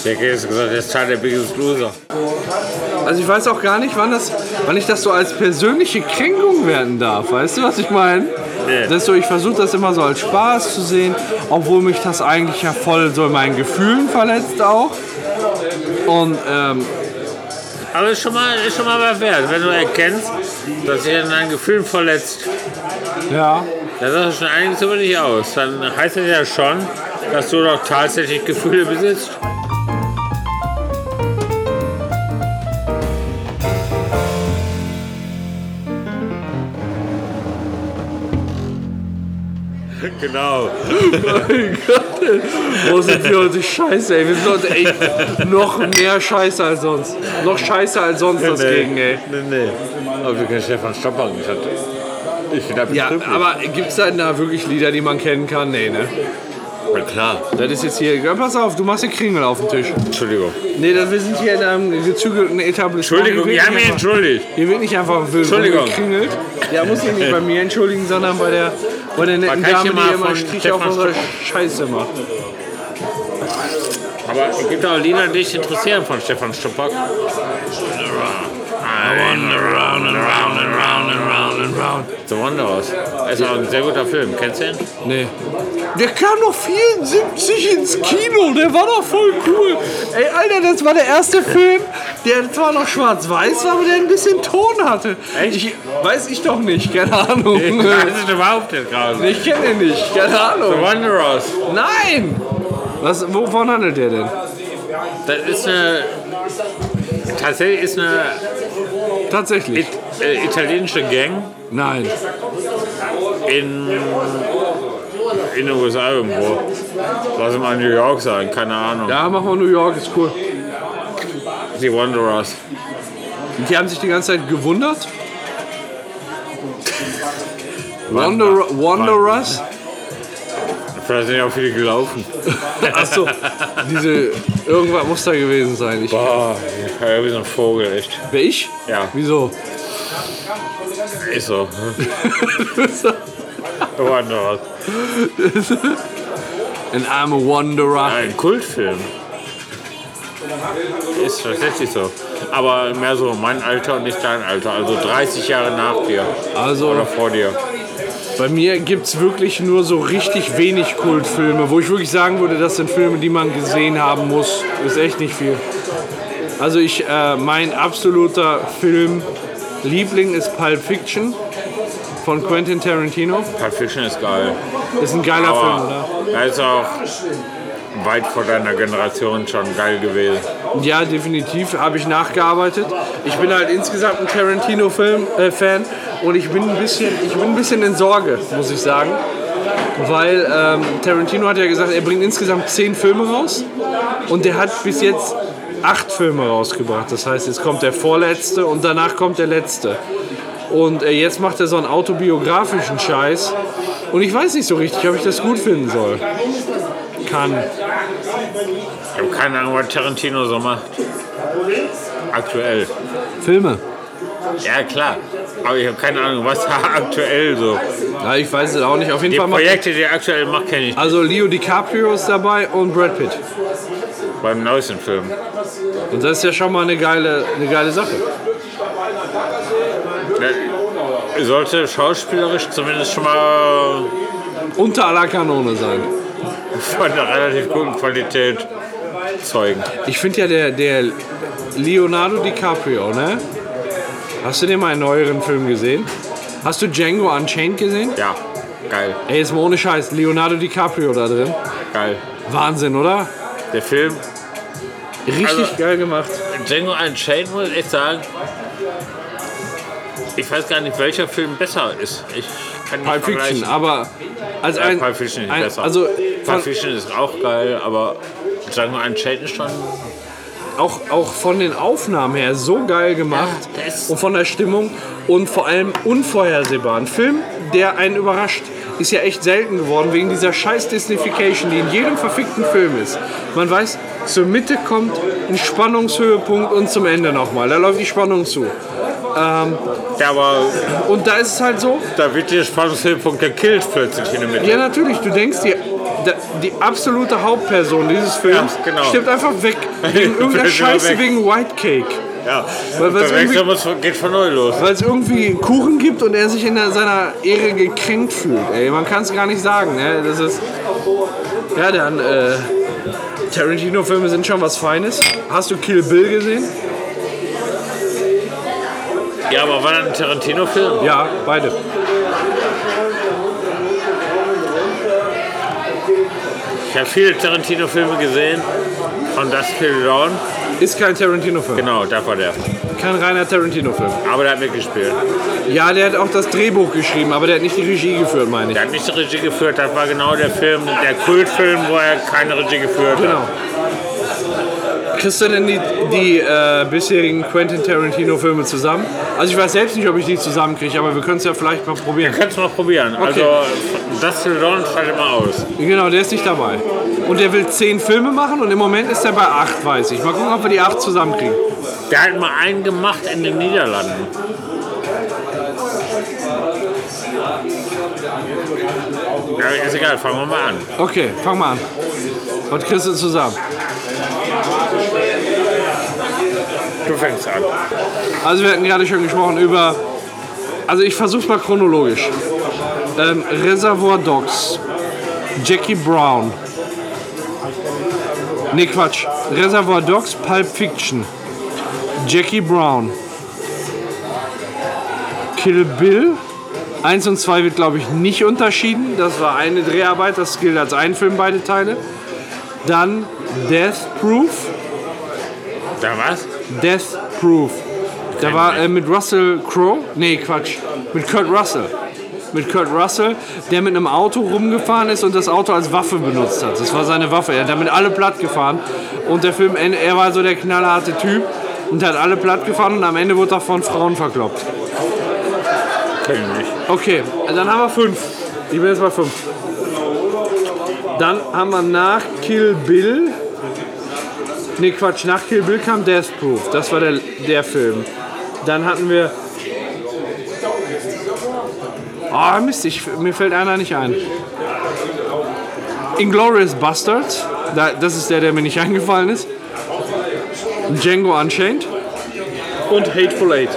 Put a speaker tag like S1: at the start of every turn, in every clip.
S1: Stecke ist gesagt, das ist der Biggest Loser.
S2: Also ich weiß auch gar nicht, wann, das, wann ich das so als persönliche Kränkung werden darf. Weißt du, was ich meine?
S1: Nee.
S2: Das ist so, ich versuche das immer so als Spaß zu sehen, obwohl mich das eigentlich ja voll so in meinen Gefühlen verletzt auch. Und ähm,
S1: Aber ist schon mal, ist schon mal was wert, wenn du erkennst, dass dich an deinen Gefühlen verletzt.
S2: ja,
S1: Da sagt schon einiges über dich aus. Dann heißt das ja schon, dass du doch tatsächlich Gefühle besitzt. Genau.
S2: wo sind wir heute scheiße, ey. Wir sind heute echt noch mehr scheiße als sonst. Noch scheiße als sonst das Gegen, äh, ey.
S1: Nee, nee. Aber du kennst Stefan Stopper nicht. Ich bin da
S2: Ja, aber gibt es denn da wirklich Lieder, die man kennen kann? Nee, ne?
S1: aber klar.
S2: Das ist jetzt hier. Ja, pass auf, du machst hier Kringel auf den Tisch.
S1: Entschuldigung.
S2: Nee, das, wir sind hier in einem gezügelten Etablissement.
S1: Entschuldigung,
S2: Hier
S1: wir
S2: wird
S1: haben
S2: nicht
S1: mich
S2: einfach-
S1: entschuldigt.
S2: Hier wird nicht einfach wild
S1: Entschuldigung.
S2: rumgekringelt. Ja, muss ich nicht bei mir entschuldigen, sondern bei der, bei der netten
S1: kann ich
S2: Dame,
S1: hier mal
S2: die immer
S1: von
S2: Strich
S1: Stefan
S2: auf unsere Scheiße macht.
S1: Aber es gibt auch Lieder, die dich interessieren von Stefan Stoppack. The Wanderers. Ist auch ein sehr guter Film. Kennst du ihn?
S2: Nee. Der kam doch 74 ins Kino, der war doch voll cool. Ey, Alter, das war der erste Film, der zwar noch schwarz-weiß war, aber der ein bisschen Ton hatte.
S1: Echt?
S2: Ich, weiß ich doch nicht, keine Ahnung.
S1: Ich weiß es überhaupt nicht gerade.
S2: Ich kenne den nicht, keine
S1: The
S2: Ahnung.
S1: Wanderers.
S2: Nein! Was, wovon handelt der denn?
S1: Das ist eine. Tatsächlich ist eine
S2: Tatsächlich.
S1: it, äh, italienische Gang
S2: Nein.
S1: in. in den USA irgendwo. Lass es mal New York sein, keine Ahnung.
S2: Ja, machen wir New York, ist cool.
S1: The Wanderers.
S2: Die haben sich die ganze Zeit gewundert.
S1: Wander-
S2: Wander Wanderers?
S1: Vielleicht sind ja auch viele gelaufen.
S2: Achso, diese. Irgendwas muss da gewesen sein. Ich,
S1: Boah, ich war wie so ein Vogel, echt.
S2: wer ich?
S1: Ja.
S2: Wieso?
S1: Ist so. ne? Wanderers.
S2: Ein armer Wanderer.
S1: Ein Kultfilm. Ist tatsächlich so. Aber mehr so mein Alter und nicht dein Alter. Also 30 Jahre nach dir. Oder
S2: Also
S1: vor dir.
S2: bei mir gibt es wirklich nur so richtig wenig Kultfilme, wo ich wirklich sagen würde, das sind Filme, die man gesehen haben muss. Ist echt nicht viel. Also ich, äh, mein absoluter Film-Liebling ist Pulp Fiction von Quentin Tarantino.
S1: Pulp Fiction ist geil.
S2: Ist ein geiler Film, oder?
S1: Aber er ist auch weit vor deiner Generation schon geil gewesen.
S2: Ja, definitiv habe ich nachgearbeitet. Ich bin halt insgesamt ein Tarantino-Film-Fan und ich bin ein bisschen, ich bin ein bisschen in Sorge, muss ich sagen, weil ähm, Tarantino hat ja gesagt, er bringt insgesamt zehn Filme raus und der hat bis jetzt acht Filme rausgebracht. Das heißt, jetzt kommt der vorletzte und danach kommt der letzte. Und äh, jetzt macht er so einen autobiografischen Scheiß und ich weiß nicht so richtig, ob ich das gut finden soll. Kann.
S1: Ich habe keine Ahnung, was Tarantino so macht. Aktuell.
S2: Filme.
S1: Ja, klar. Aber ich habe keine Ahnung, was er aktuell so.
S2: Ja, ich weiß es auch nicht. Auf jeden
S1: Die
S2: Fall macht
S1: Projekte, die er aktuell macht, kenne ich
S2: Also Leo DiCaprio ist dabei und Brad Pitt.
S1: beim neuesten Film.
S2: Und das ist ja schon mal eine geile, eine geile Sache.
S1: Er Ne? sollte schauspielerisch zumindest schon mal
S2: Unter aller Kanone sein.
S1: von einer relativ guten Qualität zeugen.
S2: Ich finde ja der, der Leonardo DiCaprio, ne? Hast du den mal in neueren Film gesehen? Hast du Django Unchained gesehen?
S1: Ja, geil,
S2: Ey, jetzt mal ohne Scheiß, Leonardo DiCaprio da drin.
S1: geil.
S2: Wahnsinn, oder?
S1: Der Film
S2: Richtig
S1: Also-
S2: geil gemacht.
S1: Django Unchained muss ich echt sagen, ich weiß gar nicht, welcher Film besser ist. Ich kann nicht
S2: Pulp Fiction,
S1: vergleichen.
S2: aber als
S1: Ja,
S2: ein,
S1: Pulp Fiction ist
S2: ein
S1: besser.
S2: also
S1: Pulp
S2: von,
S1: Fiction ist auch geil, aber Django Unchained ist schon
S2: auch, auch von den Aufnahmen her so geil gemacht
S1: Ja, das-
S2: und von der Stimmung und vor allem unvorhersehbar. Ein Film, der einen überrascht, ist ja echt selten geworden wegen dieser scheiß Disneyfication, die in jedem verfickten Film ist. Man weiß, zur Mitte kommt ein Spannungshöhepunkt und zum Ende nochmal. Da läuft die Spannung zu.
S1: Ja, aber
S2: Und da ist es halt so,
S1: da wird der Spannungshöhepunkt gekillt plötzlich in der Mitte.
S2: ja natürlich, du denkst dir, da, die absolute Hauptperson dieses Films
S1: Ja, genau.
S2: stirbt einfach weg. Wegen irgendeiner
S1: Fällt immer
S2: Scheiße,
S1: weg.
S2: wegen White Cake.
S1: Ja,
S2: Weil- weil's
S1: der Wechsel
S2: irgendwie-
S1: muss, geht von neu los.
S2: Weil es irgendwie Kuchen gibt und er sich in der- seiner Ehre gekränkt fühlt. Ey, man kann es gar nicht sagen. Ne? Das ist. Ja, dann. Äh, Tarantino-Filme sind schon was Feines. Hast du Kill Bill gesehen?
S1: Ja, aber war das ein Tarantino-Film?
S2: Ja, beide.
S1: Ich habe viele Tarantino-Filme gesehen. Von Das Till Dawn.
S2: Ist kein Tarantino-Film.
S1: Genau, da war der.
S2: Kein reiner Tarantino-Film.
S1: Aber der hat mitgespielt.
S2: Ja, der hat auch das Drehbuch geschrieben, aber der hat nicht die Regie geführt, meine ich.
S1: Der hat nicht die Regie geführt. Das war genau der Film, der Kultfilm, wo er keine Regie geführt hat.
S2: Genau. Kriegst du denn die, die äh, bisherigen Quentin Tarantino-Filme zusammen? Also ich weiß selbst nicht, ob ich die zusammenkriege, aber wir können es ja vielleicht mal probieren.
S1: Kannst du mal probieren.
S2: Okay.
S1: Also, Das Till Dawn schaltet mal aus.
S2: Genau, der ist nicht dabei. Und der will zehn Filme machen und im Moment ist er bei acht, weiß ich. Mal gucken, ob wir die acht zusammenkriegen.
S1: Der hat mal einen gemacht in den Niederlanden. Ja, ist egal, fangen wir mal an.
S2: Okay, fang mal an. Und kriegst du zusammen.
S1: Du fängst an.
S2: Also wir hatten gerade schon gesprochen über. Also ich versuch's mal chronologisch. Ähm, Reservoir Dogs. Jackie Brown. Nee, Quatsch. Reservoir Dogs, Pulp Fiction. Jackie Brown. Kill Bill. Eins und zwei wird, glaube ich, nicht unterschieden. Das war eine Dreharbeit, das gilt als ein Film, beide Teile. Dann Death Proof.
S1: Da was?
S2: Death Proof. Der war äh, mit Russell Crowe. Nee, Quatsch. Mit Kurt Russell. Mit Kurt Russell, der mit einem Auto rumgefahren ist und das Auto als Waffe benutzt hat. Das war seine Waffe. Er hat damit alle platt gefahren. Und der Film, end- er war so der knallharte Typ und hat alle platt gefahren und am Ende wurde er von Frauen verkloppt.
S1: Kenn ich nicht.
S2: Okay, also dann haben wir fünf. Ich bin jetzt bei fünf. Dann haben wir nach Kill Bill. Ne, Quatsch, nach Kill Bill kam Death Proof. Das war der, der Film. Dann hatten wir. Ah, Mist, ich, mir fällt einer nicht ein. Inglourious Bastards. Da, das ist der, der mir nicht eingefallen ist. Django Unchained. Und Hateful Eight.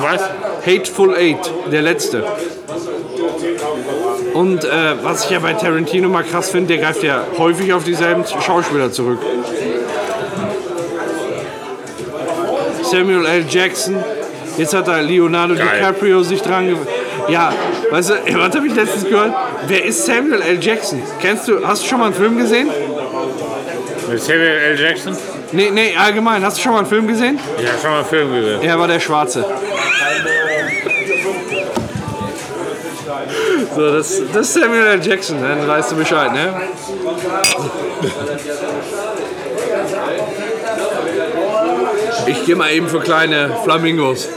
S1: Was?
S2: Hateful Eight, der letzte. Und äh, was ich ja bei Tarantino mal krass finde, der greift ja häufig auf dieselben Schauspieler zurück. Samuel L. Jackson, jetzt hat da Leonardo
S1: Geil.
S2: DiCaprio sich dran ge Ja, weißt du, was habe ich letztens gehört? Wer ist Samuel L. Jackson? Kennst du, hast du schon mal einen Film gesehen?
S1: Mit Samuel L. Jackson?
S2: Nee, nee, allgemein, hast du schon mal einen Film gesehen?
S1: Ich habe schon mal einen Film gesehen.
S2: Er war der Schwarze. So, das, das ist Samuel L. Jackson, dann weißt du Bescheid, ne? Ich gehe mal eben für kleine Flamingos.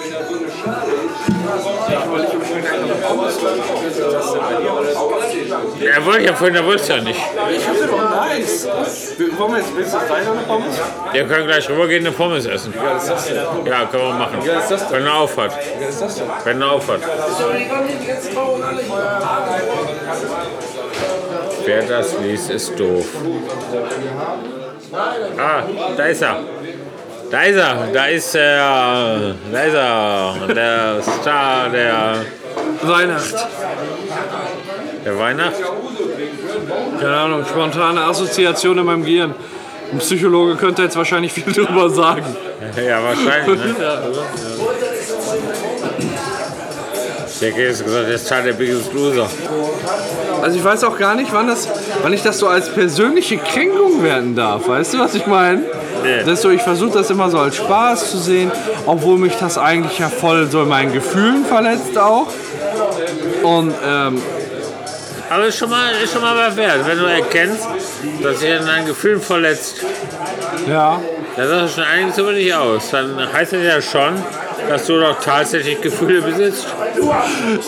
S1: Er wollte ja vorhin, er wollte es ja nicht.
S2: Ich hab's doch nice. Wollen wir jetzt ein bisschen rein oder Pommes?
S1: Wir können gleich rübergehen und eine Pommes essen.
S2: Was ist das denn?
S1: Ja, können wir machen.
S2: ist das
S1: Wenn er aufhat.
S2: Was ist das denn?
S1: Wenn er aufhat. Wer das liest, ist doof. Ah, da ist er. Da ist er. Da ist er. Da ist er. Der Star der,
S2: Weihnacht.
S1: der Weihnacht.
S2: Keine Ahnung, spontane Assoziation in meinem Gehirn. Ein Psychologe könnte jetzt wahrscheinlich viel drüber sagen.
S1: Ja, wahrscheinlich. Ne?
S2: Ja.
S1: Der Kerl ist gesagt, der Star der Biggest Loser.
S2: Also ich weiß auch gar nicht, wann, das, wann ich das so als persönliche Kränkung werden darf. Weißt du, was ich meine?
S1: Nee.
S2: Das ist so, ich versuche das immer so als Spaß zu sehen, obwohl mich das eigentlich ja voll so in meinen Gefühlen verletzt auch. Und ähm,
S1: Aber ist schon mal, ist schon mal was wert, wenn du erkennst, dass dich in deinen Gefühlen verletzt.
S2: ja,
S1: Da sagt schon einiges über dich aus. Dann heißt das ja schon, dass du doch tatsächlich Gefühle besitzt.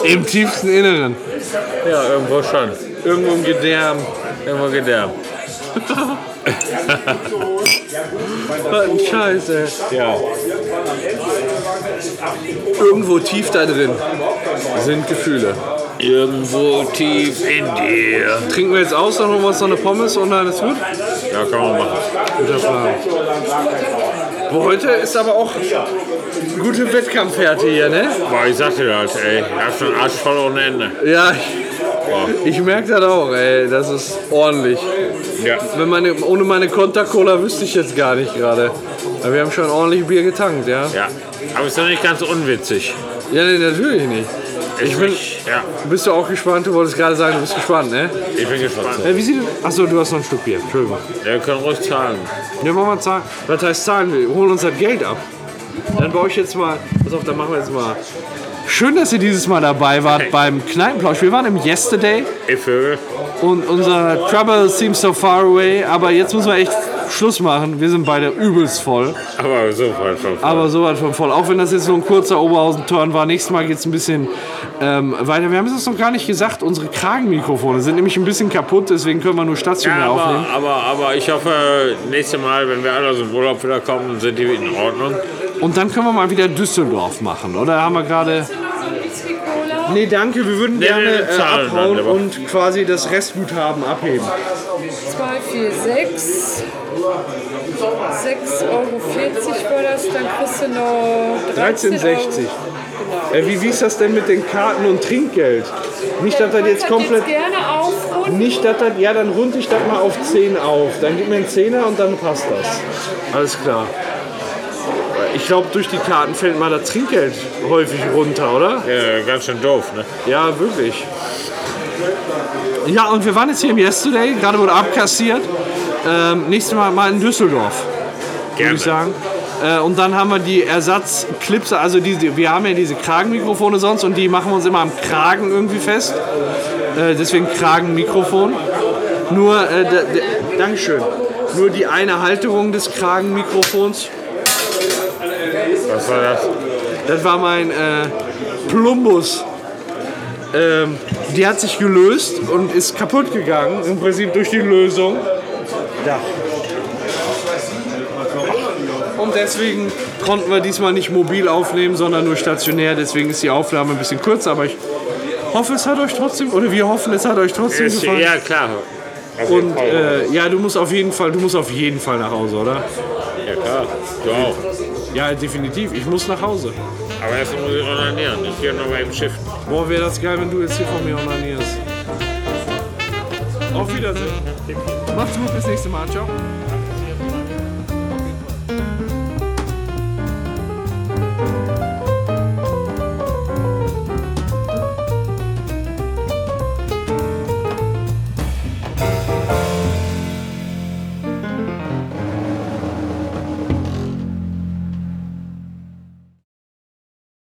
S2: im tiefsten Inneren.
S1: Ja, irgendwo schon.
S2: Irgendwo im Gedärm.
S1: Irgendwo geht der.
S2: Was ein Scheiß, ey.
S1: Ja.
S2: Irgendwo tief da drin sind Gefühle.
S1: Irgendwo tief in dir.
S2: Trinken wir jetzt aus, dann holen wir uns noch eine Pommes und dann ist gut.
S1: Ja, kann man machen.
S2: Guter Plan. Boah, heute ist aber auch gute Wettkampfhärte hier, ne?
S1: Aber ich sag dir das, ey. Ich hab schon Arsch voll ohne Ende.
S2: Ja, ich, ich merke das auch, ey. Das ist ordentlich.
S1: Ja.
S2: Wenn meine, ohne meine Konter-Cola wüsste ich jetzt gar nicht gerade. Aber wir haben schon ordentlich Bier getankt, ja?
S1: Ja. Aber ist doch nicht ganz unwitzig.
S2: Ja, nee, natürlich nicht.
S1: Ich
S2: bin-
S1: Ja,
S2: Bist du auch gespannt? Du wolltest gerade sagen, du bist gespannt, ne?
S1: ich bin gespannt.
S2: Äh, wie sieht Achso, du hast noch ein Stück Bier. Entschuldigung.
S1: Wir können ruhig zahlen.
S2: Ja, machen wir zahlen. Was heißt zahlen? Wir holen uns das Geld ab. Dann baue ich jetzt mal. Pass auf, dann machen wir jetzt mal. Schön, dass ihr dieses Mal dabei wart
S1: Hey.
S2: beim Kneipenplausch. Wir waren im Yesterday
S1: Ey, Vögel.
S2: und unser Trouble seems so far away. Aber jetzt müssen wir echt Schluss machen. Wir sind beide übelst voll.
S1: Aber so weit schon.
S2: Aber sowas von voll. Auch wenn das jetzt nur ein kurzer Oberhausen-Turn war. Nächstes Mal geht es ein bisschen ähm, weiter. Wir haben es jetzt noch gar nicht gesagt. Unsere Kragenmikrofone sind nämlich ein bisschen kaputt. Deswegen können wir nur stationär
S1: Ja,
S2: aufnehmen.
S1: aber, aber, aber ich hoffe, nächstes Mal, wenn wir alle aus dem Urlaub wiederkommen, sind die in Ordnung.
S2: Und dann können wir mal wieder Düsseldorf machen, oder? Haben wir gerade. Nee, danke, wir würden
S1: nee,
S2: gerne
S1: nee,
S2: äh,
S1: zahlen dann,
S2: abhauen
S1: aber-
S2: und quasi das Restguthaben abheben.
S3: 2, 4, 6. 6,40 Euro war das, dann kriegst du noch 13,60
S2: 13,60.
S3: Euro.
S2: Äh, wie, wie ist das denn mit den Karten und Trinkgeld? Nicht, dass
S3: Dann
S2: das jetzt komplett.
S3: gerne aufrunden.
S2: Nicht, dass das. Ja, dann runde ich das mal auf 10 auf. Dann gib mir einen Zehner und dann passt das. Alles klar. Ich glaube, durch die Karten fällt mal das Trinkgeld häufig runter, oder?
S1: Ja, ganz schön doof, ne?
S2: Ja, wirklich. Ja, und wir waren jetzt hier im Yesterday, gerade wurde abkassiert. Ähm, nächstes Mal mal in Düsseldorf, würde
S1: Gerne.
S2: ich sagen. Äh, und dann haben wir die Ersatzclips, also diese, wir haben ja diese Kragenmikrofone sonst und die machen wir uns immer am Kragen irgendwie fest. Äh, deswegen Kragenmikrofon. Nur, äh, da- da- Dankeschön. Nur die eine Halterung des Kragenmikrofons,
S1: Was war das?
S2: das war mein äh, Plumbus. Ähm, die hat sich gelöst und ist kaputt gegangen, im Prinzip durch die Lösung. Da. Und deswegen konnten wir diesmal nicht mobil aufnehmen, sondern nur stationär. Deswegen ist die Aufnahme ein bisschen kurz, aber ich hoffe, es hat euch trotzdem, oder wir hoffen, es hat euch trotzdem
S1: Ist,
S2: gefallen.
S1: ja, klar. Auf jeden
S2: Und
S1: Fall.
S2: äh, ja, du musst auf jeden Fall, du musst auf jeden Fall nach Hause, oder?
S1: ja, klar. Du auch.
S2: Ja, definitiv. Ich muss nach Hause.
S1: Aber erstmal muss ich ordnieren. Ich gehe nochmal eben Schiff.
S2: Boah, wäre das geil, wenn du jetzt hier von mir onanierst. Auf Wiedersehen. Macht's gut, bis nächste Mal. Ciao.